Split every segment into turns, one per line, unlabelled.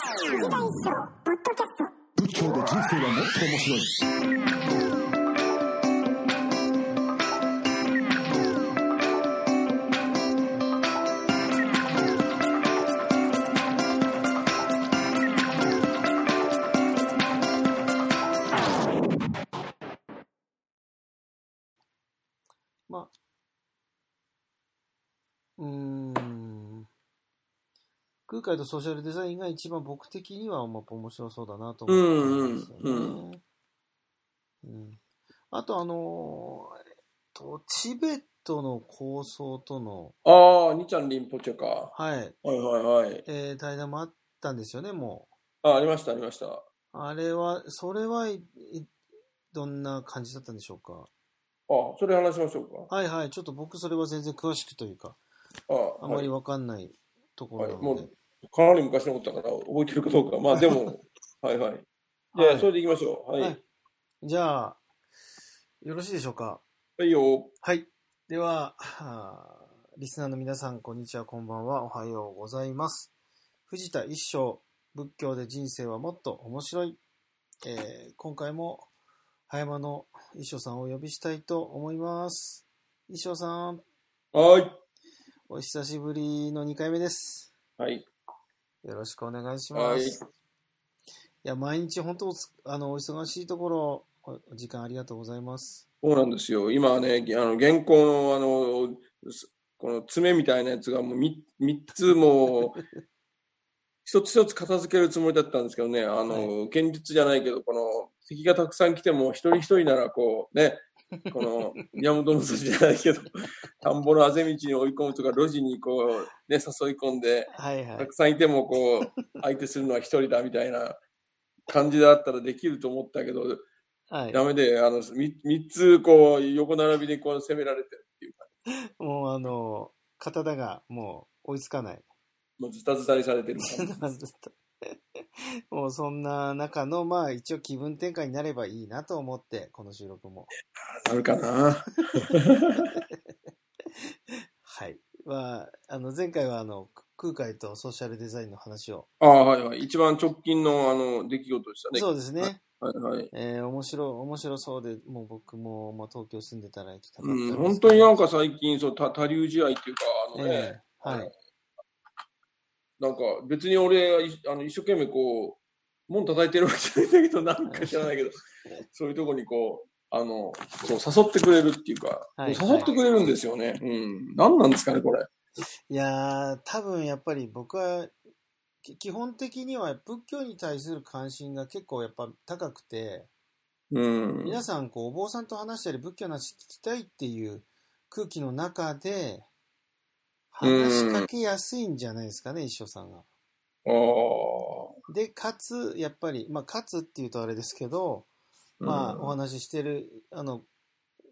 仏大師匠ポッドキャスト
仏教で人生はもっと面白い。
まあ、うーん、空海とソーシャルデザインが一番僕的にはまあ面白そうだなと思ったんですよね。
うん
うんあと、あのーえっと、チベットの構想との、
ああ、にちゃんリンポチェか。は
はい、
いはいはい。
えー対談もあったんですよね、も
あ、ありました、ありました。あ
う。あれは、それはい、いどんな感じだったんでしょうか。
それ話しましょうか。
はいはい、ちょっと僕それは全然詳しくというか、
ああ
あま
はい
りわかんないところなので。
はいもかなり昔のことだから覚えてるかどうか。まあでも、はいはい。じゃあ、
はい
それでいきましょう。はい。
は
はいい、
じゃあ、よろしいでしょうか。
よ。
はい。では、はあリスナーの皆さん、こんにちは、こんばんは、おはようございます。藤田一生、仏教で人生はもっと面白い。えー今回も、葉山の一生さんをお呼びしたいと思います。一生さん、
はい。
お久しぶりの2回目です。
はい。
よろしくお願いします。、
はいい。
や、毎日本当おつあの、お忙しいところ、おお時間ありがとうございます。
そうなんですよ。今ね、あの原稿のあのすこの爪みたいなやつがもう 3, つもう 一つ一つ片付けるつもりだったんですけどね、あの、堅実じゃないけど、この敵がたくさん来ても一人一人ならこうね、こ の山本の筋じゃないけど、田んぼのあぜ道に追い込むとか、路地にこうね、誘い込んで、
はいは
た
い
く。さんいてもこう、相手するのは一人だみたいな感じだったらできると思ったけど、
はい。
ダメで、あの、み三つ、こう、横並びでこう、攻められてるっていうか、
もうあの、刀がもう追いつかない。
もうズタズタにされてる感じ。
もうそんな中の、まあ一応気分転換になればいいなと思って、この収録も。
なるかな
はい。は、あの、前回はあの、空海とソーシャルデザインの話を。
ああ、はいはい。一番直近の、あの、出来事でしたね。
そうですね。
はいはい。
えー、面白い、面白そうで、もう僕も、まあ東京住んでたら行きたかった
うん、
んで
本
すけど
当になんか最近、そう、た多流試合っていうか、あのね、
ええはい。
なんか別に俺、いあの一生懸命こう、門叩いてるわけじゃないんだけど、なんか知らな いけど、そういうとこにこう、あの、そう、誘ってくれるっていうか、
はい
誘ってくれるんですよね。うん。何なんですかね、これ。
いやー、多分やっぱり僕は、き基本的には仏教に対する関心が結構やっぱ高くて、
うん。
皆さん、こう、お坊さんと話したり、仏教の話聞きたいっていう空気の中で、
うん
話しかけやすいんじゃないですかね、一生さんが。
ああ。
で、かつ、やっぱり、まあ、かつっていうとあれですけど、まあ、お話ししてる、あの、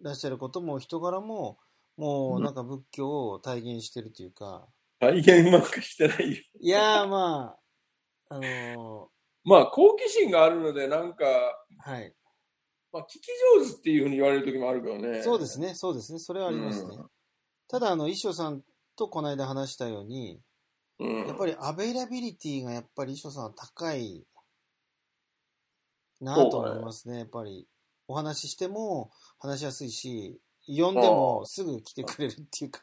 らっしゃることも、人柄も、もう、なんか仏教を体現してるというか、
大変うまくしてないよ。
いやー、まあ、あの
まあ、好奇心があるので、なんか、
ーはい。
まあ、聞き上手っていうふうに言われる時もあるけどね。
そうですね、そうですね、それはありますね
う。
ただ、あの、一生さんとこの間話したように、
うん。
やっぱりアベイラビリティがやっぱり衣装さんは高いなと思いますね、やっぱり。お話ししても話しやすいし、呼んでもすぐ来てくれるって いうか。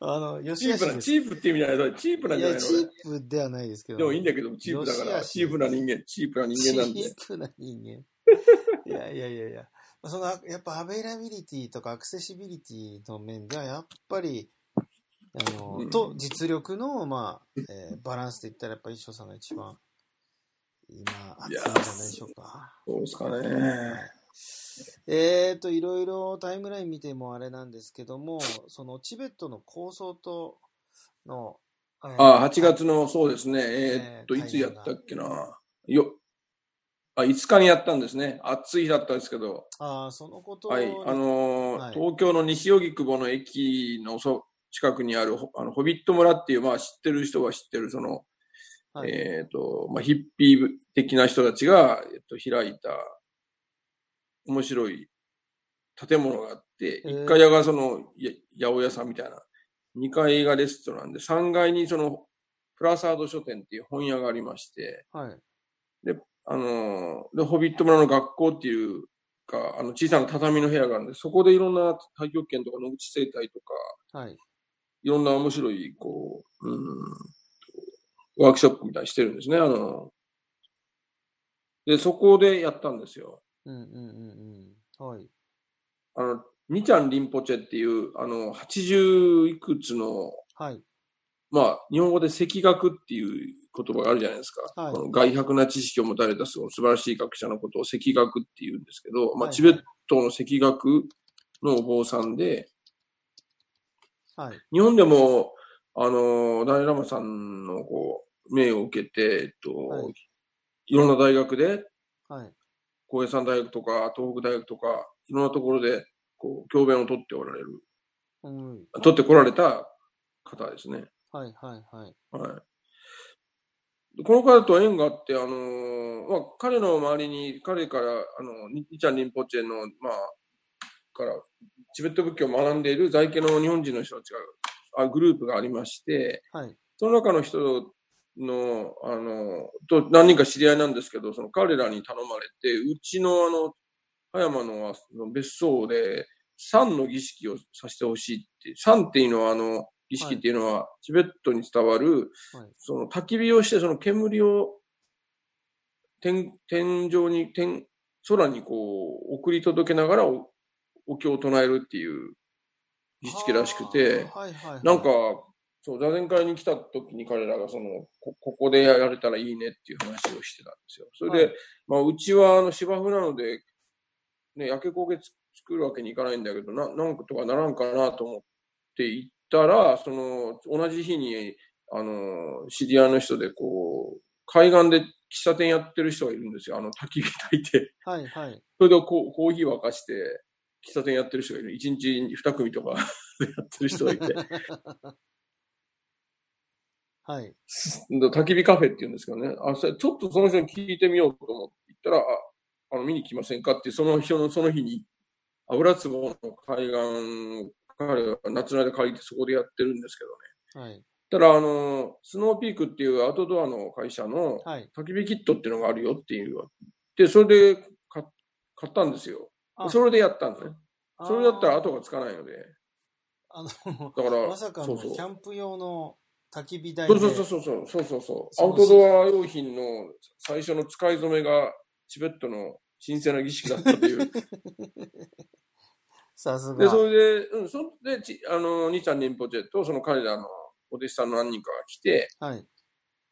あの、よし
チ
あ
ー
し
プな、
です。
チープって意味じゃないそれ。チープなん
い
じゃない
や、
の
チープではないですけど。
でもいいんだけど、チープだか
よしあ
ら、
し
チープな人間、チープな人間な んで
チ。ープな人間。いやいやいやいや。その、やっぱアベイラビリティとかアクセシビリティの面では、やっぱり、あの、
うん
と、実力の、まあ、えーバランスで言ったら、やっぱり一生さんが一番、今、熱いんじゃないでしょうか。
そうですかね。
えーと、いろいろタイムライン見てもあれなんですけども、その、チベットの構想との、えー
ああ、8月の、そうですね。えーっと、
えー
いつやったっけな。よ、あ、5日にやったんですね。暑い日だったんですけど。
あーそのことに
はい、あのー
はい
東京の西荻窪の駅のそ近くにあるほあのホビット村っていう、まあ、知ってる人は知ってるその、
はい
えっ、と、まあ、ヒッピー的な人たちが、えっと開いた面白い建物があって、
えー
1階がそのや八百屋さんみたいな、2階がレストランで、3階にそのプラサード書店っていう本屋がありまして、
はい。
あのーで、ホビット村の学校っていうか、あの、小さな畳の部屋があるんで、そこでいろんな太極拳とか野口生態とか、
はい。
いろんな面白い、こう、うん、ワークショップみたいにしてるんですね、あの、で、そこでやったんですよ。
うんうんうんうん。はい。
あの、ニチャン・リンポチェっていう、あの、80いくつの、
はい。
まあ、日本語で赤学っていう言葉があるじゃないですか。
はい
この外博な知識を持たれたその素晴らしい学者のことを赤学って言うんですけど、
はいは
まあ、
い
チベットの赤学のお坊さんで、
はい。
日本でも、あの、ダイラマさんのこう、命を受けて、えっと、
はい
い、ろんな大学で、
はい。
高野山大学とか、東北大学とか、いろんなところで、こう、教鞭を取っておられる、
うん。
取ってこられた方ですね。
はいはいはい。
はい。でこの方と縁があって、あのーまあ、彼の周りに、彼から、あの、ニニチャン・リンポチェの、まあ、から、チベット仏教を学んでいる在家の日本人の人たちが、あグループがありまして、
はい。
その中の人の、あの、と何人か知り合いなんですけど、その彼らに頼まれて、うちのあの、葉山のあの別荘で、三の儀式をさせてほしいって、三っていうのはあの、儀式っていうのは、チベットに伝わる、
はい
その焚き火をして、その煙を天、天井に、天、空にこう、送り届けながらお、お経を唱えるっていう儀式らしくて、
あーはいはいはい。
なんか、そう、座禅会に来た時に彼らがその、こ、ここでやれたらいいねっていう話をしてたんですよ。それで、
は
まあ、うちはあの芝生なので、ね、焼け焦げつ作るわけにいかないんだけど、な、なんとかならんかなと思って行ったら、その、同じ日に、あの、知り合いの人でこう、海岸で喫茶店やってる人がいるんですよ。あの、焚き火焚いて。
はいはい。
それでこうコーヒー沸かして、喫茶店やってる人がいる。一日に二組とか やってる人がいて。
はい。
焚き火カフェって言うんですけどね、あそれちょっとその人に聞いてみようと思って行ったら、ああの見に来ませんかって、その日のその日に、油壺の海岸を彼は夏の間借りてそこでやってるんですけどね。
はい。
ただ、あの、スノーピークっていうアウトドアの会社の
はい。
焚き火キットっていうのがあるよっていうわ。で、それで買買ったんですよ
あ。
それでやったんですね。
あー
それだったら後がつかないので。
あの、
だから、
まさかの
そう
キ
そう
ャンプ用の焚き火台
そ
で。
うそうそうそうそうそうそう。
そ
ア
う
ウ
そう
トドア用品の最初の使い初めがチベットの神聖な儀式だったと いう。
さす
で、
が。
それで、うん、それで、ちあの、兄ちゃんリンポチェとその彼らのお弟子さんの何人かが来て、
はい。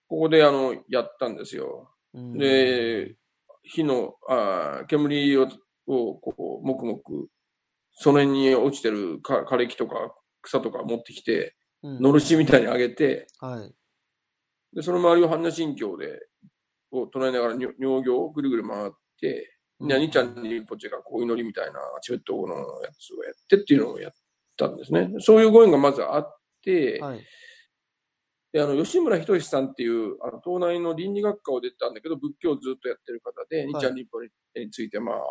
ここであの、やったんですよ。
うん
で、火の、あー煙を、をこう、もくもく、その辺に落ちてるか枯れ木とか草とか持ってきて、
うん
のるしみたいにあげて、
はい。
で、その周りを般若心経で、を唱えながら尿尿行をぐるぐる回って、で、兄ちゃんにポチェがこう祈りみたいなチベット語のやつをやってっていうのをやったんですね。そういうご縁がまずあって、
はい。
で、あの、吉村仁さんっていう、あの、東大の倫理学科を出たんだけど、仏教をずっとやってる方で、兄ちゃんにポチェについて、まあ、あの、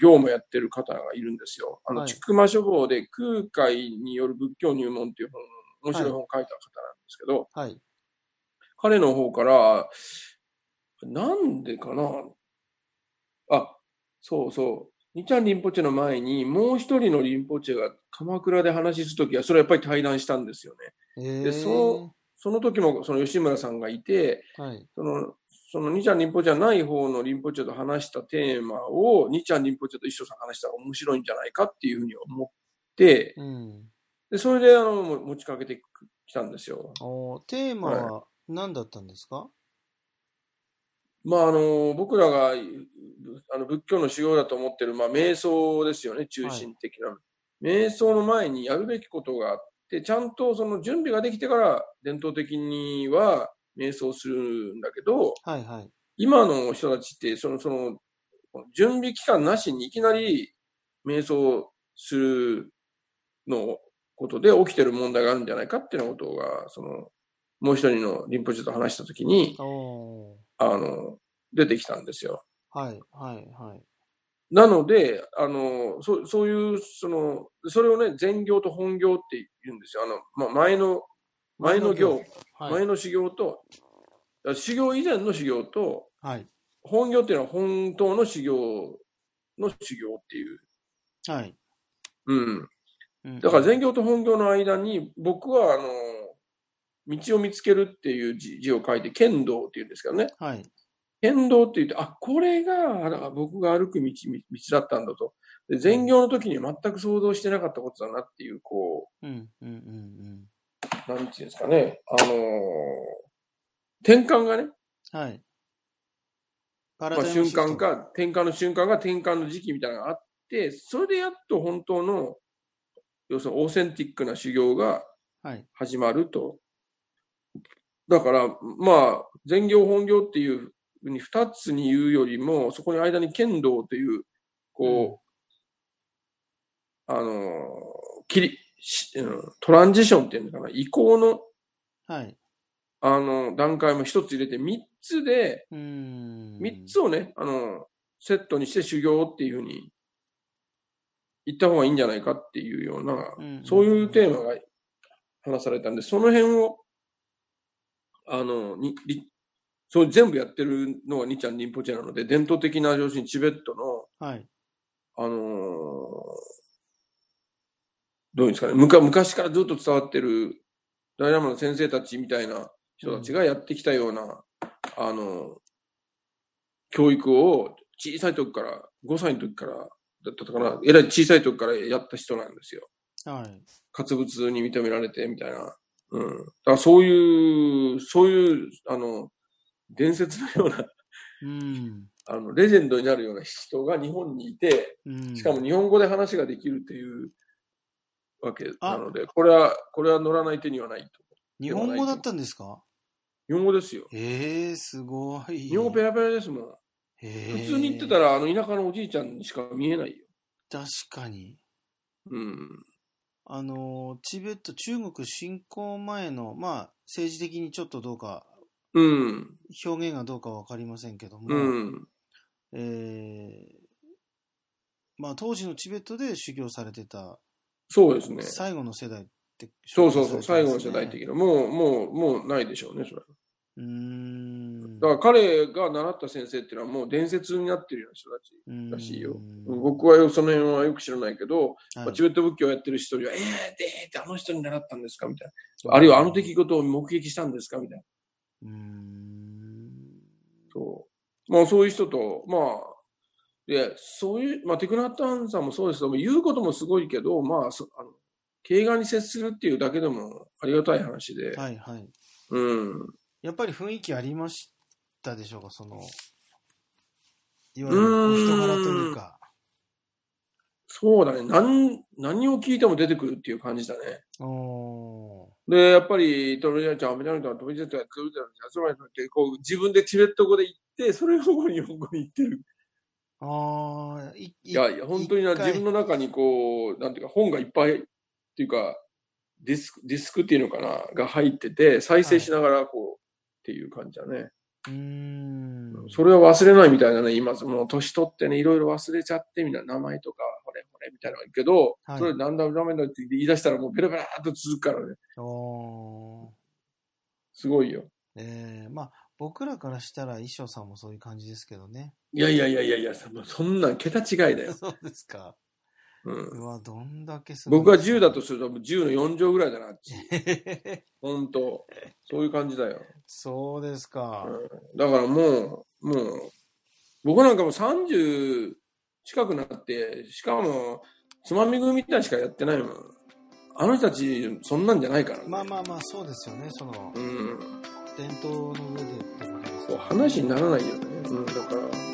業務やってる方がいるんですよ。あの、
はい
ちくま書房で空海による仏教入門っていう本、面白い本を書いた方なんですけど、
はい。
彼の方から、なんでかなあ、そうそう。ニチャンリンポチェの前に、もう一人のリンポチェが鎌倉で話すときは、それはやっぱり対談したんですよね。
えー
でそその時も、その吉村さんがいて、
はい。
その、そのニチャンリンポチェはない方のリンポチェと話したテーマを、ニチャンリンポチェと一緒さん話したら面白いんじゃないかっていうふうに思って、
うん。
で、それで、あの、も持ちかけてきたんですよ。
おーテーマは何だったんですか
まああの僕らがいあの仏教の修行だと思ってる、まあ、瞑想ですよね中心的な、瞑想の前にやるべきことがあってちゃんとその準備ができてから伝統的には瞑想するんだけど
はいはい。
今の人たちってそのその準備期間なしにいきなり瞑想するのことで起きてる問題があるんじゃないかっていうようなことがそのもう一人のリンポチェと話したときに
おー
あの出てきたんですよ。
はいはいはい。
なので、あの、そう、そういう、その、それをね、前業と本業って言うんですよ。あの、まあ、前の、前の業、
は
前
い。
の修行と、あ修行以前の修行と、
はい。
本業っていうのは本当の修行の修行っていう。
はい。
うん。
うん
だから全業と本業の間に、僕は、あの、道を見つけるっていう字字を書いて、剣道っていうんですけどね。
はい。
剣道って言って、あ、これが、あら僕が歩く道、道道だったんだと。で全業の時には全く想像してなかったことだなっていう、こ
うん。うん。うん。
う、なんていうんですかね。あのー転換がね、
うん。はい。パ
まあ、瞬間。か、転換の瞬間が転換の時期みたいなのがあって、それでやっと本当の、要するにオーセンティックな修行が
はい。
始まると。だから、まあ、全業本業っていうふうに二つに言うよりも、そこに間に剣道という、こう、あのー、切り、しうんトランジションっていうのかな、移行の、
はい。
あの、段階も一つ入れて、三つで、
うーん。
三つをね、あの、セットにして修行っていうふうに言った方がいいんじゃないかっていうような、
うん
そういうテーマが話されたんで、その辺を、あの、に、りそう全部やってるのがニちゃんリンポチェなので、伝統的な上司にチベットの、
はい。
あのーどういうんですかね、むか昔からずっと伝わってる、ダイナマの先生たちみたいな人たちがやってきたような、あのー教育を小さい時から、5歳の時からだったかな、えらい小さい時からやった人なんですよ。
はい。
活物に認められてみたいな。うん。だからそういう、そういう、あの、伝説のような、
うん。
あの、レジェンドになるような人が日本にいて、
うん。
しかも日本語で話ができるというわけ
あ
なので、これは、これは乗らない手にはないと。
日本語だったんですか
日本語ですよ。
ええー、すごい。
日本語ペラペラですもん。普
普
通に言ってた。ら、あの、田舎のおじいちゃんにしか見えないよ。
確かに。
うん。
あの、チベット、中国侵攻前の、まあ、政治的にちょっとどうか、
うん。
表現がどうかわかりませんけども、
うん。
えーまあ、当時のチベットで修行されてた
そうですね。
最後の世代って、
そうそうそう。最後の世代
的
的な。もう、もう、もうないでしょうね、それは。
うーん。
だから彼が習った先生っていうのはもう伝説になってるような人たち。
ら
らしいよ
は
僕はよその辺はよく知らないけど、
い
まあチベット仏教をやってる人には、えー、でーってあの人に習ったんですかみたいな。あるいはあの出来事を目撃したんですかみたいな。
うーん。
そう。まあそういう人と、まあ、で、そういう、まあテクナットアンさんもそうですけども、言うこともすごいけど、まあ、そあの、敬願に接するっていうだけでもありがたい話で、
はいはい。
うん。
やっぱり雰囲気ありましたでしょうか、その、いわゆ
う
るお
ーん
人柄というか。
そうだね。なん、何を聞いても出てくるっていう感じだね。
おー
で、やっぱり、トロジアちゃん、アメリカの人はトロジアちゃん、トロジアちゃん、そばにって、こう、自分でチベット語で言って、それをこう日本語に言ってる。
ああ、い、
いや、いや本当にな、自分
の。
の中にこう、なんていうか、本がいっぱい、っていうか、ディスク、ディスクっていうのかな、が入ってて、再生しながら、こう、っていう感じだね。
うーん。
それは忘れないみたいなね、今、もう年取ってね、いろいろ忘れちゃって、みたいな名前とか、これ、これ、みたいなのがいるけど、
はい
それなんだ、ダメだって言い出したら、もうベラベラーっと続くからね、
おー
すごいよ。
ええまあ、僕らからしたら衣装さんもそういう感じですけどね。
いやいやいやいやいや、そそんなん桁違いだよ。
そうですか。
うん、
うわ、どんだけすごい。
僕が10だ と。すると、もう10の4乗ぐらいだな、あっち。ほんと。そういう感じだよ。
そうですか。
だからもう、もう、僕なんかもう30近くなって、しかも、つまみ食いみたいなしかやってないもん。あの人たち、そんなんじゃないから、ね。
まあまあまあ、そうですよね。その
う、ん。
伝統の上でってことです
こう
ね
話にならないよね。うん、だから。